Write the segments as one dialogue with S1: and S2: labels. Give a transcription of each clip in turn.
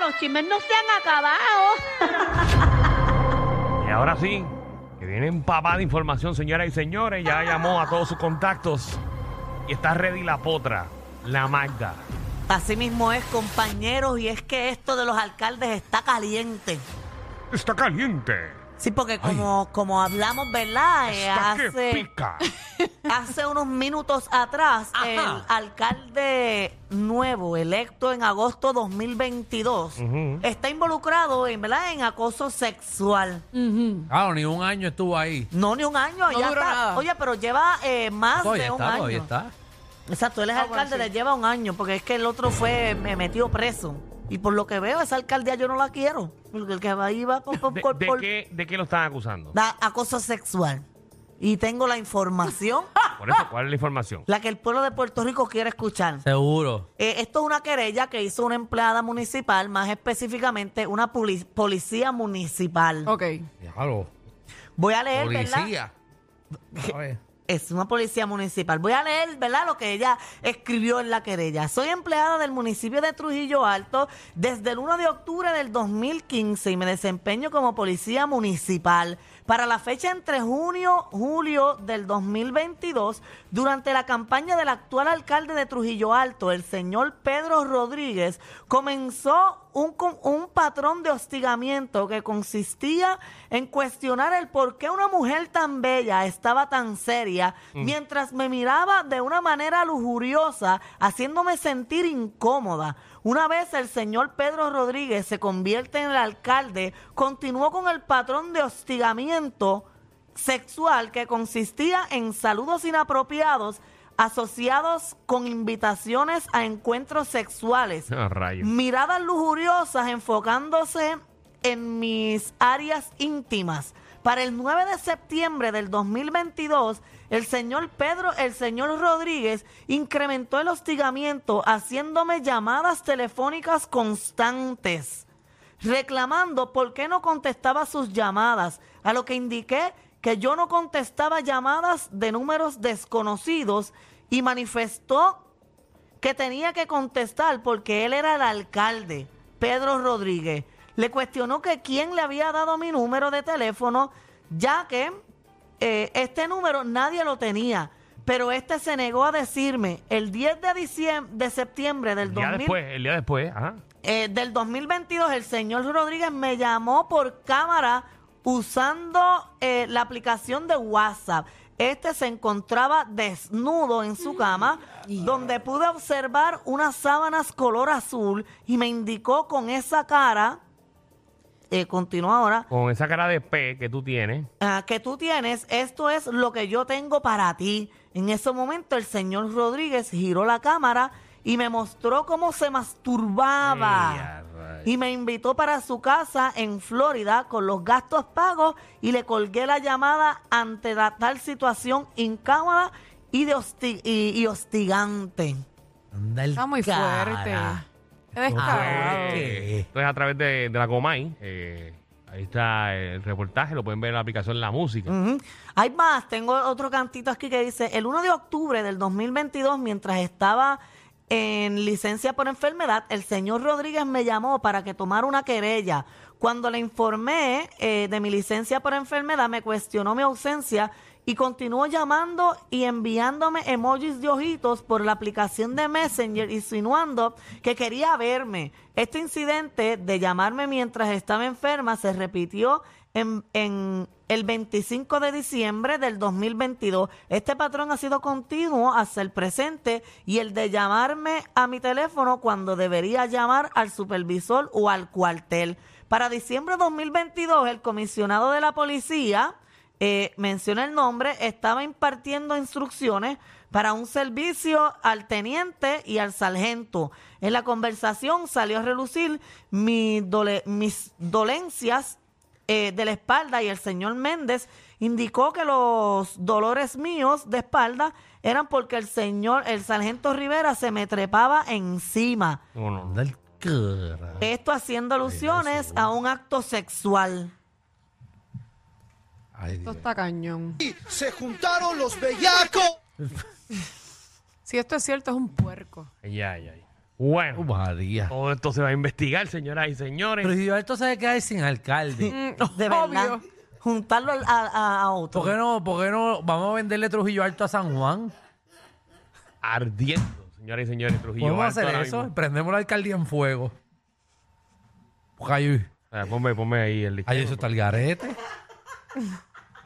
S1: los chismes no se han acabado.
S2: Y ahora sí, que viene empapada de información, señoras y señores. Ya llamó a todos sus contactos y está ready la potra, la Magda.
S3: Así mismo es, compañeros, y es que esto de los alcaldes está caliente.
S2: Está caliente.
S3: Sí, porque como, como hablamos, ¿verdad? Eh,
S2: Está que
S3: hace,
S2: pica.
S3: hace unos minutos atrás,
S2: Ajá.
S3: el alcalde nuevo, electo en agosto 2022, está involucrado en, ¿verdad? en acoso sexual.
S4: Claro, ni un año estuvo ahí.
S3: No, ni un año, ya
S5: Mm. duró
S3: está.
S5: nada.
S3: Oye, pero lleva eh, más
S4: Todavía
S3: de un
S4: está,
S3: año.
S4: todavía está.
S3: Exacto, él es alcalde, le lleva un año, porque es que el otro fue, me metió preso. Y por lo que veo, esa alcaldía yo no la quiero. Porque el que va ahí va por, por-
S2: ¿De,
S3: por-
S2: de
S3: por
S2: qué, de qué lo están acusando?
S3: da- acoso sexual. Y tengo la información,
S2: Por eso, ¿cuál es la información?
S3: la que el pueblo de Puerto Rico quiere escuchar.
S4: Seguro.
S3: Eh, esto es una querella que hizo una empleada municipal, más específicamente una poli- policía municipal.
S5: Ok.
S4: Diablo.
S3: Voy a leer, ¿verdad?
S4: Policía. A ver.
S3: Es una policía municipal. Voy a leer, ¿verdad? Lo que ella escribió en la querella. Soy empleada del municipio de Trujillo Alto desde el 1 de octubre del 2015 y me desempeño como policía municipal. Para la fecha entre junio julio del 2022, durante la campaña del actual alcalde de Trujillo Alto, el señor Pedro Rodríguez, comenzó un, con- un patrón de hostigamiento que consistía en cuestionar el por qué una mujer tan bella estaba tan seria mientras me miraba de una manera lujuriosa, haciéndome sentir incómoda. Una vez el señor Pedro Rodríguez se convierte en el alcalde, continuó con el patrón de hostigamiento sexual que consistía en saludos inapropiados asociados con invitaciones a encuentros sexuales.
S2: Ah,
S3: Mm,
S2: rayos.
S3: Miradas lujuriosas enfocándose en mis áreas íntimas. Para el 9 de septiembre del 2022, el señor Pedro, el señor Rodríguez, incrementó el hostigamiento haciéndome llamadas telefónicas constantes reclamando por qué no contestaba sus llamadas, a lo que indiqué que yo no contestaba llamadas de números desconocidos y manifestó que tenía que contestar porque él era el alcalde, Pedro Rodríguez. Le cuestionó que quién le había dado mi número de teléfono, ya que eh, este número nadie lo tenía. Pero este se negó a decirme el 10 de, diciembre, de septiembre del
S2: El día
S3: 2000,
S2: después, el día después, ajá.
S3: eh, del 2022 el señor Rodríguez me llamó por cámara usando eh, la aplicación de WhatsApp. Este se encontraba desnudo en su cama, donde pude observar unas sábanas color azul y me indicó con esa cara, eh, continúa ahora,
S2: Con esa cara de P que tú tienes.
S3: ah, que tú tienes, esto es lo que yo tengo para ti. En ese momento el señor Rodríguez giró la cámara y me mostró cómo se masturbaba
S2: Ey, a rayos.
S3: y me invitó para su casa en Florida con los gastos pagos y le colgué la llamada ante la tal situación incómoda y, de hosti- y, y hostigante.
S4: Anda el
S5: Está muy fuerte.
S4: cara.
S5: Qué
S2: Esto
S5: descarado.
S2: fue- esto es a través de, de la Comay. eh, ahí está el reportaje, lo pueden ver en la aplicación La Música.
S3: Ujú. Hay más, tengo otro cantito aquí que dice, el 1 de octubre del 2022, mientras estaba en licencia por enfermedad, el señor Rodríguez me llamó para que tomara una querella. Cuando le informé eh, de mi licencia por enfermedad, me cuestionó mi ausencia y continuó llamando y enviándome emojis de ojitos por la aplicación de Messenger, insinuando que quería verme. Este incidente de llamarme mientras estaba enferma se repitió en, en el 25 de diciembre del 2022. Este patrón ha sido continuo hasta el presente y el de llamarme a mi teléfono cuando debería llamar al supervisor o al cuartel. Para diciembre de 2022, el comisionado de la policía eh, menciona el nombre, estaba impartiendo instrucciones para un servicio al teniente y al sargento. En la conversación salió a relucir mi dole- mis dolencias eh, de la espalda y el señor Méndez indicó que los dolores míos de espalda eran porque el señor, el sargento Rivera se me trepaba encima.
S2: No, no, no.
S4: Anda el carajo.
S3: Esto haciendo alusiones a un acto sexual.
S4: Ay,
S5: Esto
S4: Dios.
S5: está cañón.
S6: se juntaron los bellacos.
S5: Si esto es cierto, es un puerco.
S2: Ay, ay, ay. Bueno,
S4: Oh, María.
S2: todo esto se va a investigar, señoras y
S4: Pero
S2: señores.
S4: si Alberto se va a quedar sin alcalde,
S3: De verdad.
S5: Obvio.
S3: Juntarlo al- a, a- a otro.
S4: ¿por qué no, por qué no vamos a venderle Trujillo Alto a San Juan?
S2: Ardiendo, señoras y señores. Trujillo
S4: ¿Podemos
S2: Alto
S4: hacer
S2: ahora
S4: eso?
S2: mismo.
S4: Prendemos la alcaldía en fuego. Ay,
S2: Ah, ponme, ponme ahí el
S4: ay, eso
S2: disco.
S4: está el garete.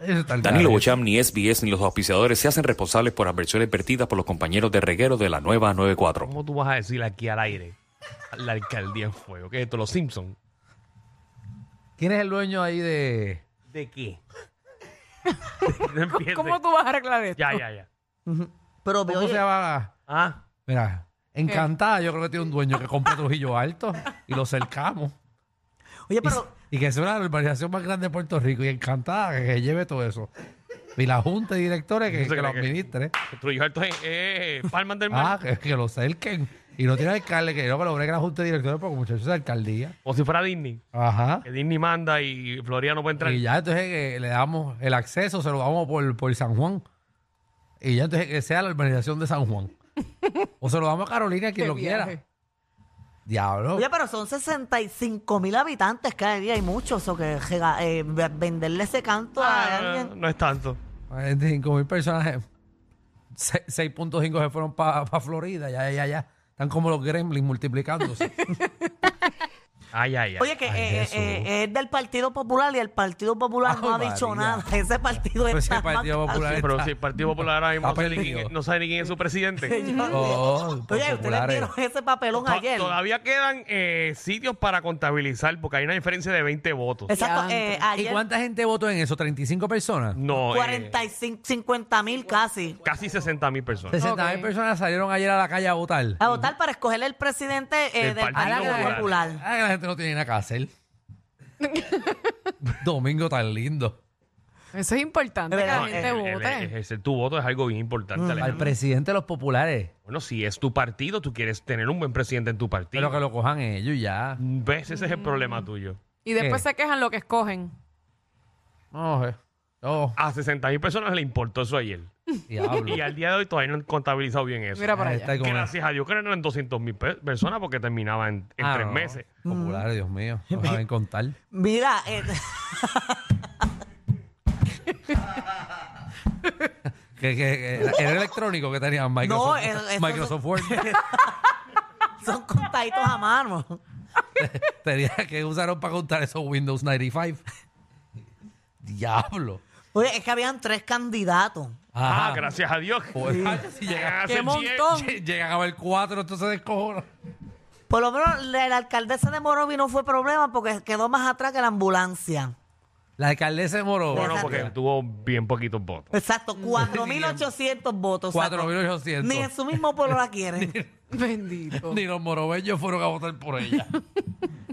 S4: Eso está el
S7: Danilo
S4: garete.
S7: Bocham, ni SBS, ni los auspiciadores se hacen responsables por adversiones vertidas por los compañeros de reguero de la nueva 94.
S2: ¿Cómo tú vas a decir aquí al aire? La alcaldía en fuego. ¿Qué es esto? Los Simpsons.
S4: ¿Quién es el dueño ahí de...?
S2: ¿De qué? no empieces.
S5: ¿Cómo tú vas a arreglar esto?
S2: Ya, ya, ya.
S3: Pero
S4: ¿Cómo
S3: oye,
S4: se llama?
S2: Ah,
S4: Mira, encantada.
S3: Eh.
S4: Yo creo que tiene un dueño que compra Trujillo Alto y lo cercamos.
S3: oye,
S4: Y-
S3: pero
S2: oh.
S4: Y, que sea la urbanización más grande de Puerto Rico. Y encantada que, que lleve todo eso. Y la junta de directores que,
S2: No se
S4: que lo
S2: cree que-
S4: administre.
S2: Trujillo Alto es eh, Palmas del Mar.
S4: Ah, que, que lo cerquen. Y no tiene alcalde, que no, pero bregue la junta de directores porque muchachos es alcaldía.
S2: Como si fuera Disney.
S4: Ajá.
S2: Que Disney manda y Florida no puede entrar.
S4: Y ya entonces que le damos el acceso, se lo damos por, por San Juan. Y ya entonces que sea la urbanización de San Juan. O se lo damos a Carolina, quien
S5: Qué
S4: lo quiera.
S5: viaje.
S4: Diablo.
S3: Oye, pero son 65 mil habitantes cada día, hay muchos, o que rega- eh, ve- venderle ese canto a
S2: Ah, no,
S3: alguien.
S2: no es tanto.
S4: 45 mil personas. se- 6.5 se fueron para Florida. Ya, ya, ya. Están como los gremlins multiplicándose.
S2: Ay, ay, ay.
S3: Oye, que
S4: Ay,
S3: eh, eh,
S4: Jesús.
S3: eh, es del Partido Popular y el Partido Popular no ha
S4: Ay,
S3: dicho
S4: María.
S3: nada. Ese partido
S4: Pero si
S3: Pues está
S4: el Partido
S3: mal-
S4: Popular
S2: pero
S4: está-
S2: si el Partido Popular ahora mismo no
S4: Está
S2: sabe, ni quién,
S4: perdido.
S2: es- no sabe ni quién es su presidente.
S4: Oh, por
S3: Oye, ustedes
S4: populares.
S3: vieron ese papelón
S2: To-
S3: ayer.
S2: Todavía quedan eh, sitios para contabilizar porque hay una diferencia de 20 votos.
S3: Exacto,
S5: Diantre.
S3: eh,
S4: ¿Y
S3: ayer
S4: cuánta gente votó en eso? ¿35 personas?
S2: No, eh,
S3: 45, 50 mil casi.
S2: casi 60 mil personas.
S4: 60 mil
S5: Ok.
S4: personas salieron ayer a la calle a votar.
S3: A votar para escoger el presidente eh,
S2: Del
S3: del
S2: Partido
S3: Partido
S2: Popular.
S3: Popular.
S4: Ah, que la gente no tiene nada que hacer. Domingo tan lindo.
S5: Eso es importante que
S3: Pero
S5: la
S2: No,
S5: gente
S2: el- el-
S5: vote.
S2: ejercer tu voto es algo bien importante.
S4: Mm, Al
S2: Alejandro.
S4: presidente de los populares.
S2: Bueno, si es tu partido, tú quieres tener un buen presidente en tu partido.
S4: Pero que lo Mm. cojan ellos ya.
S2: ¿Ves? Ese es el problema tuyo.
S5: y después
S4: ¿Qué?
S5: se quejan lo que escogen.
S4: No, eh. No,
S2: A 60 mil personas le importó eso ayer.
S4: diablo.
S2: Y al día de hoy todavía no han contabilizado bien eso.
S5: Mira para
S4: Ahí
S5: allá.
S4: está como-
S2: Gracias a Dios que no eran 200 mil personas porque terminaba en, en
S4: Ah,
S2: tres
S4: no.
S2: meses.
S4: Populares, Dios mío. No saben contar.
S3: Mira, eh,
S4: Que, que- que era era electrónico que tenían Microsoft,
S3: No, el- eso-
S4: Microsoft Word.
S3: son contaditos a mano.
S4: Tenía que usaron para contar esos Windows 95. Diablo.
S3: Oye, es que habían tres candidatos.
S2: Ah,
S4: Ajá.
S2: gracias a Dios.
S4: Pues, si
S2: Llegan a
S4: llegan,
S5: ¡Qué
S2: ser
S5: montón!
S4: lle- llegan a ver cuatro, entonces descojonan.
S3: Por lo menos la, la alcaldesa de Morovi no fue problema porque quedó más atrás que la ambulancia.
S4: La alcaldesa de Moro.
S2: Bueno, porque tuvo bien poquitos votos.
S3: Exacto, 4.800 votos. sacó.
S4: 4.800.
S3: Ni en su mismo pueblo la quieren.
S5: Bendito.
S4: Ni los morobellos fueron a votar por ella.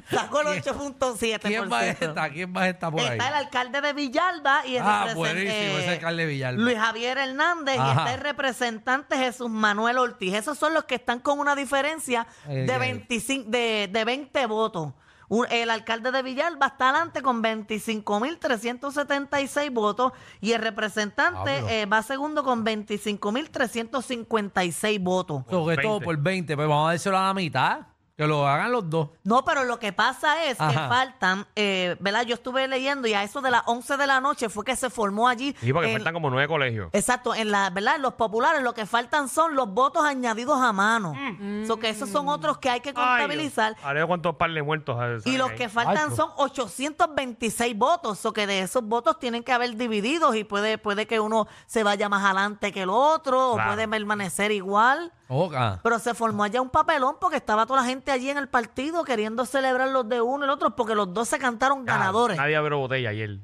S3: Sacó el 8.7%.
S4: ¿Quién más está? ¿Quién más está por ahí?
S3: Está el alcalde de Villalba y el
S4: Ah,
S3: represent-
S4: buenísimo,
S3: eh,
S4: ese alcalde de Villalba.
S3: Luis Javier Hernández
S4: Ajá.
S3: y está el representante Jesús Manuel Ortiz. Esos son los que están con una diferencia
S4: Ay,
S3: de,
S4: ay.
S3: 25, de, de 20 votos. Un- el alcalde de Villalba está adelante con 25.376 votos y el representante
S4: Pablo.
S3: eh, va segundo con
S4: seis
S3: 25.356 votos.
S4: Sobre todo
S2: 20.
S4: por 20, pues vamos a dárselo a la mitad. Que lo hagan los dos.
S3: No, pero lo que pasa es que
S4: Ajá.
S3: faltan, eh, ¿verdad? Yo estuve leyendo y a eso de las 11 de la noche fue que se formó allí.
S2: Y porque
S3: el-
S2: faltan como nueve colegios.
S3: Exacto, en la, ¿verdad? En los populares lo que faltan son los votos añadidos a mano. So que esos son otros que hay que
S2: Mm. Ay,
S3: contabilizar.
S2: Dios. Ahora cuántos par de muertos. eh,
S3: y
S2: salen
S3: los
S2: ahí.
S3: que faltan
S4: Ay,
S3: son 826 votos, o que de esos votos tienen que haber divididos y puede puede que uno se vaya más adelante que el otro
S2: Claro.
S3: o puede permanecer igual.
S4: Oh, ah.
S3: Pero se formó allá un papelón porque estaba toda la gente allí en el partido queriendo celebrar los de uno y el otro porque los dos se cantaron
S2: Claro,
S3: ganadores.
S2: Nadie abrió botella ayer.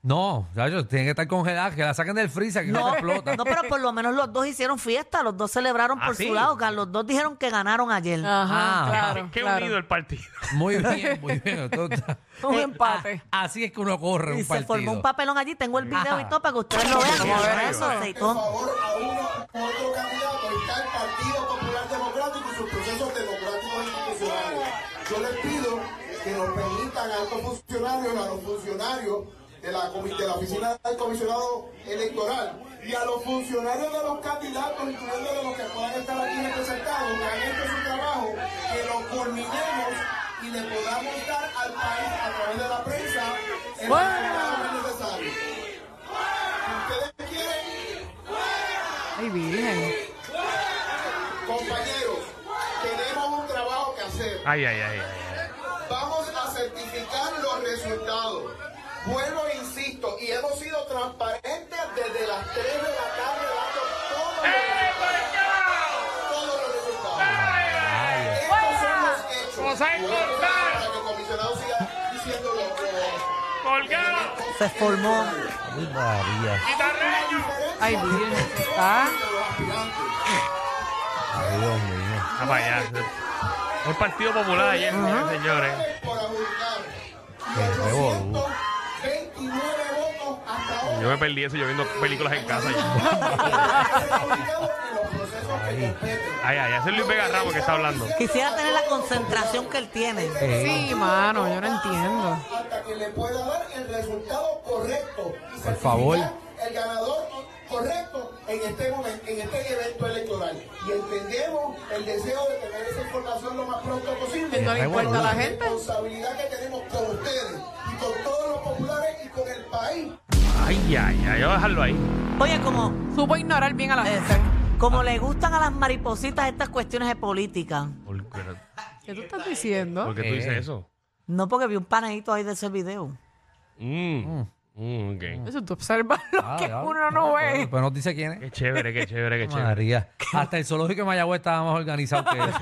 S4: No, chacho, tiene que estar congelada, que la saquen del freezer, que no, se explota.
S3: No, pero por lo menos los dos hicieron fiesta, los dos celebraron
S2: ¿Ah,
S3: por
S2: sí?
S3: su lado, que los dos dijeron que ganaron ayer.
S5: Ajá,
S4: Ah,
S5: claro.
S2: Qué
S5: claro.
S2: unido el partido.
S4: Muy bien, muy bien. Entonces,
S5: Un
S4: eh,
S5: empate.
S4: a- así es que uno corre
S3: y
S4: un
S3: se
S4: partido.
S3: formó un papelón allí, tengo el video
S4: Ajá.
S3: y todo para que ustedes lo vean.
S2: Sí,
S3: ¿Cómo
S2: sí,
S3: era
S2: sí,
S3: eso,
S2: sí.
S3: aceitón?
S6: favor a uno u otro candidato y está el Partido Popular Democrático y sus procesos democráticos institucionales. Yo les pido que nos permitan a estos funcionarios, a los funcionarios de la, comi- de la oficina del comisionado electoral y a los funcionarios de los candidatos, incluyendo de los que puedan estar aquí representados, que han hecho su trabajo, que lo culminemos y le podamos dar al país a través de la prensa el resultado necesario. Si ustedes quieren
S5: Ay, virgen.
S6: Compañeros, tenemos un trabajo que hacer.
S2: Ay, ay, ay. ay.
S6: Vamos a certificar los resultados. Vuelvo e insisto, y hemos sido transparentes desde las 3 de la tarde dando todos los resultados. Todos los resultados. Estos son los hechos.
S2: Nos ha
S6: Podemos
S2: encontrado.
S6: hablar Para que el comisionado siga diciendo lo que...
S2: ¡Colgado!
S3: Se formó.
S4: Ay, María.
S2: ¡Guitarreño!
S5: Ay, virgen. Ah,
S4: Ay, Dios mío.
S2: Ah, vaya. Fue el Partido Popular ayer, señores, señores.
S6: Por adjudicar. Y
S4: Qué revolú.
S6: 829 votos hasta ahora.
S2: Yo me perdí eso, yo viendo películas en casa. yo. Ay, ay, ese es Luis Vega Ramos que está hablando.
S3: Quisiera tener la concentración que él tiene.
S5: sí, mano, yo no entiendo.
S6: hasta que le pueda dar el resultado correcto y
S4: Por favor.
S6: certificar el ganador correcto en este momento, en este evento electoral. Y entendemos el deseo de tener esa información lo más pronto posible.
S5: No le importa a la gente.
S6: responsabilidad que tenemos con ustedes y con todos los populares y con el país.
S2: Ay, ay, ay, yo voy a dejarlo ahí.
S3: Oye, como,
S5: Supo ignorar bien a la gente.
S3: como le gustan a las maripositas estas cuestiones de política.
S2: ¿Por pero-
S5: ¿Qué tú estás diciendo?
S2: por qué tú dices eso?
S3: No porque vi un panadito ahí de ese video.
S2: Mm. Mm, ok.
S5: Eso tú observas
S4: Ah,
S5: lo que
S4: ya.
S5: uno no ve.
S4: Pero no dice quién es.
S2: Qué chévere, qué chévere, qué chévere.
S4: María. Hasta el zoológico de Mayagüez estaba más organizado que eso.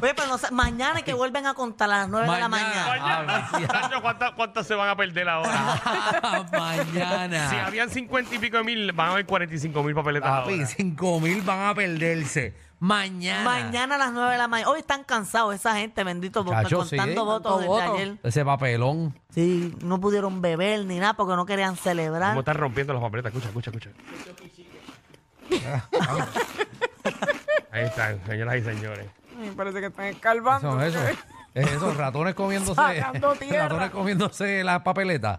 S3: Oye, pero no sé, mañana es que vuelven a contar a las 9 de la mañana.
S4: Mañana. Ah,
S2: Sancho, ¿cuántas cuántas se van a perder ahora?
S4: Ah,
S2: Si
S4: mañana.
S2: habían 50 y pico de mil, van a haber 45 mil papeletas.
S4: Papi,
S2: ahora.
S4: 5 mil van a perderse. Mañana.
S3: Mañana a las 9 de la mañana. Hoy están cansados esa gente, bendito, porque
S4: Chacho,
S3: contando
S4: sí.
S3: votos desde
S5: Tanto voto.
S3: ayer.
S4: Ese papelón.
S3: Sí, no pudieron beber ni nada porque no querían celebrar.
S2: ¿Cómo están rompiendo las papeletas? Escucha, escucha, escucha. Ahí están, señoras y señores.
S5: Me parece que están escarbando.
S4: Son esos, esos ratones comiéndose.
S5: Sacando tierra.
S4: ratones comiéndose las papeletas.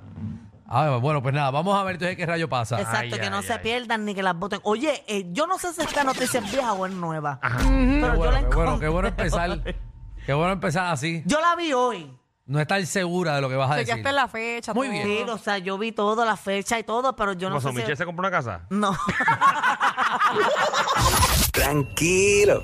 S4: Ah, bueno, pues nada, vamos a ver entonces qué rayo pasa.
S3: Exacto,
S2: Ay,
S3: que no
S2: ay,
S3: se
S2: ay.
S3: pierdan ni que las voten. Oye, eh, yo no sé si esta noticia es vieja o es nueva. Pero
S4: qué,
S3: yo la
S4: bueno,
S3: encontré
S4: qué bueno, qué bueno empezar.
S3: hoy.
S4: Qué bueno empezar así.
S3: Yo la vi hoy.
S4: No estar segura de lo que vas a decir.
S5: Chequeaste la fecha.
S4: Muy
S5: todo.
S4: bien.
S3: Sí, o sea, yo vi todo, la fecha y todo, pero yo no
S2: ¿Pasó?
S3: sé
S2: ¿Michelle
S3: si...
S2: se compró una casa?
S3: No.
S8: Tranquilo,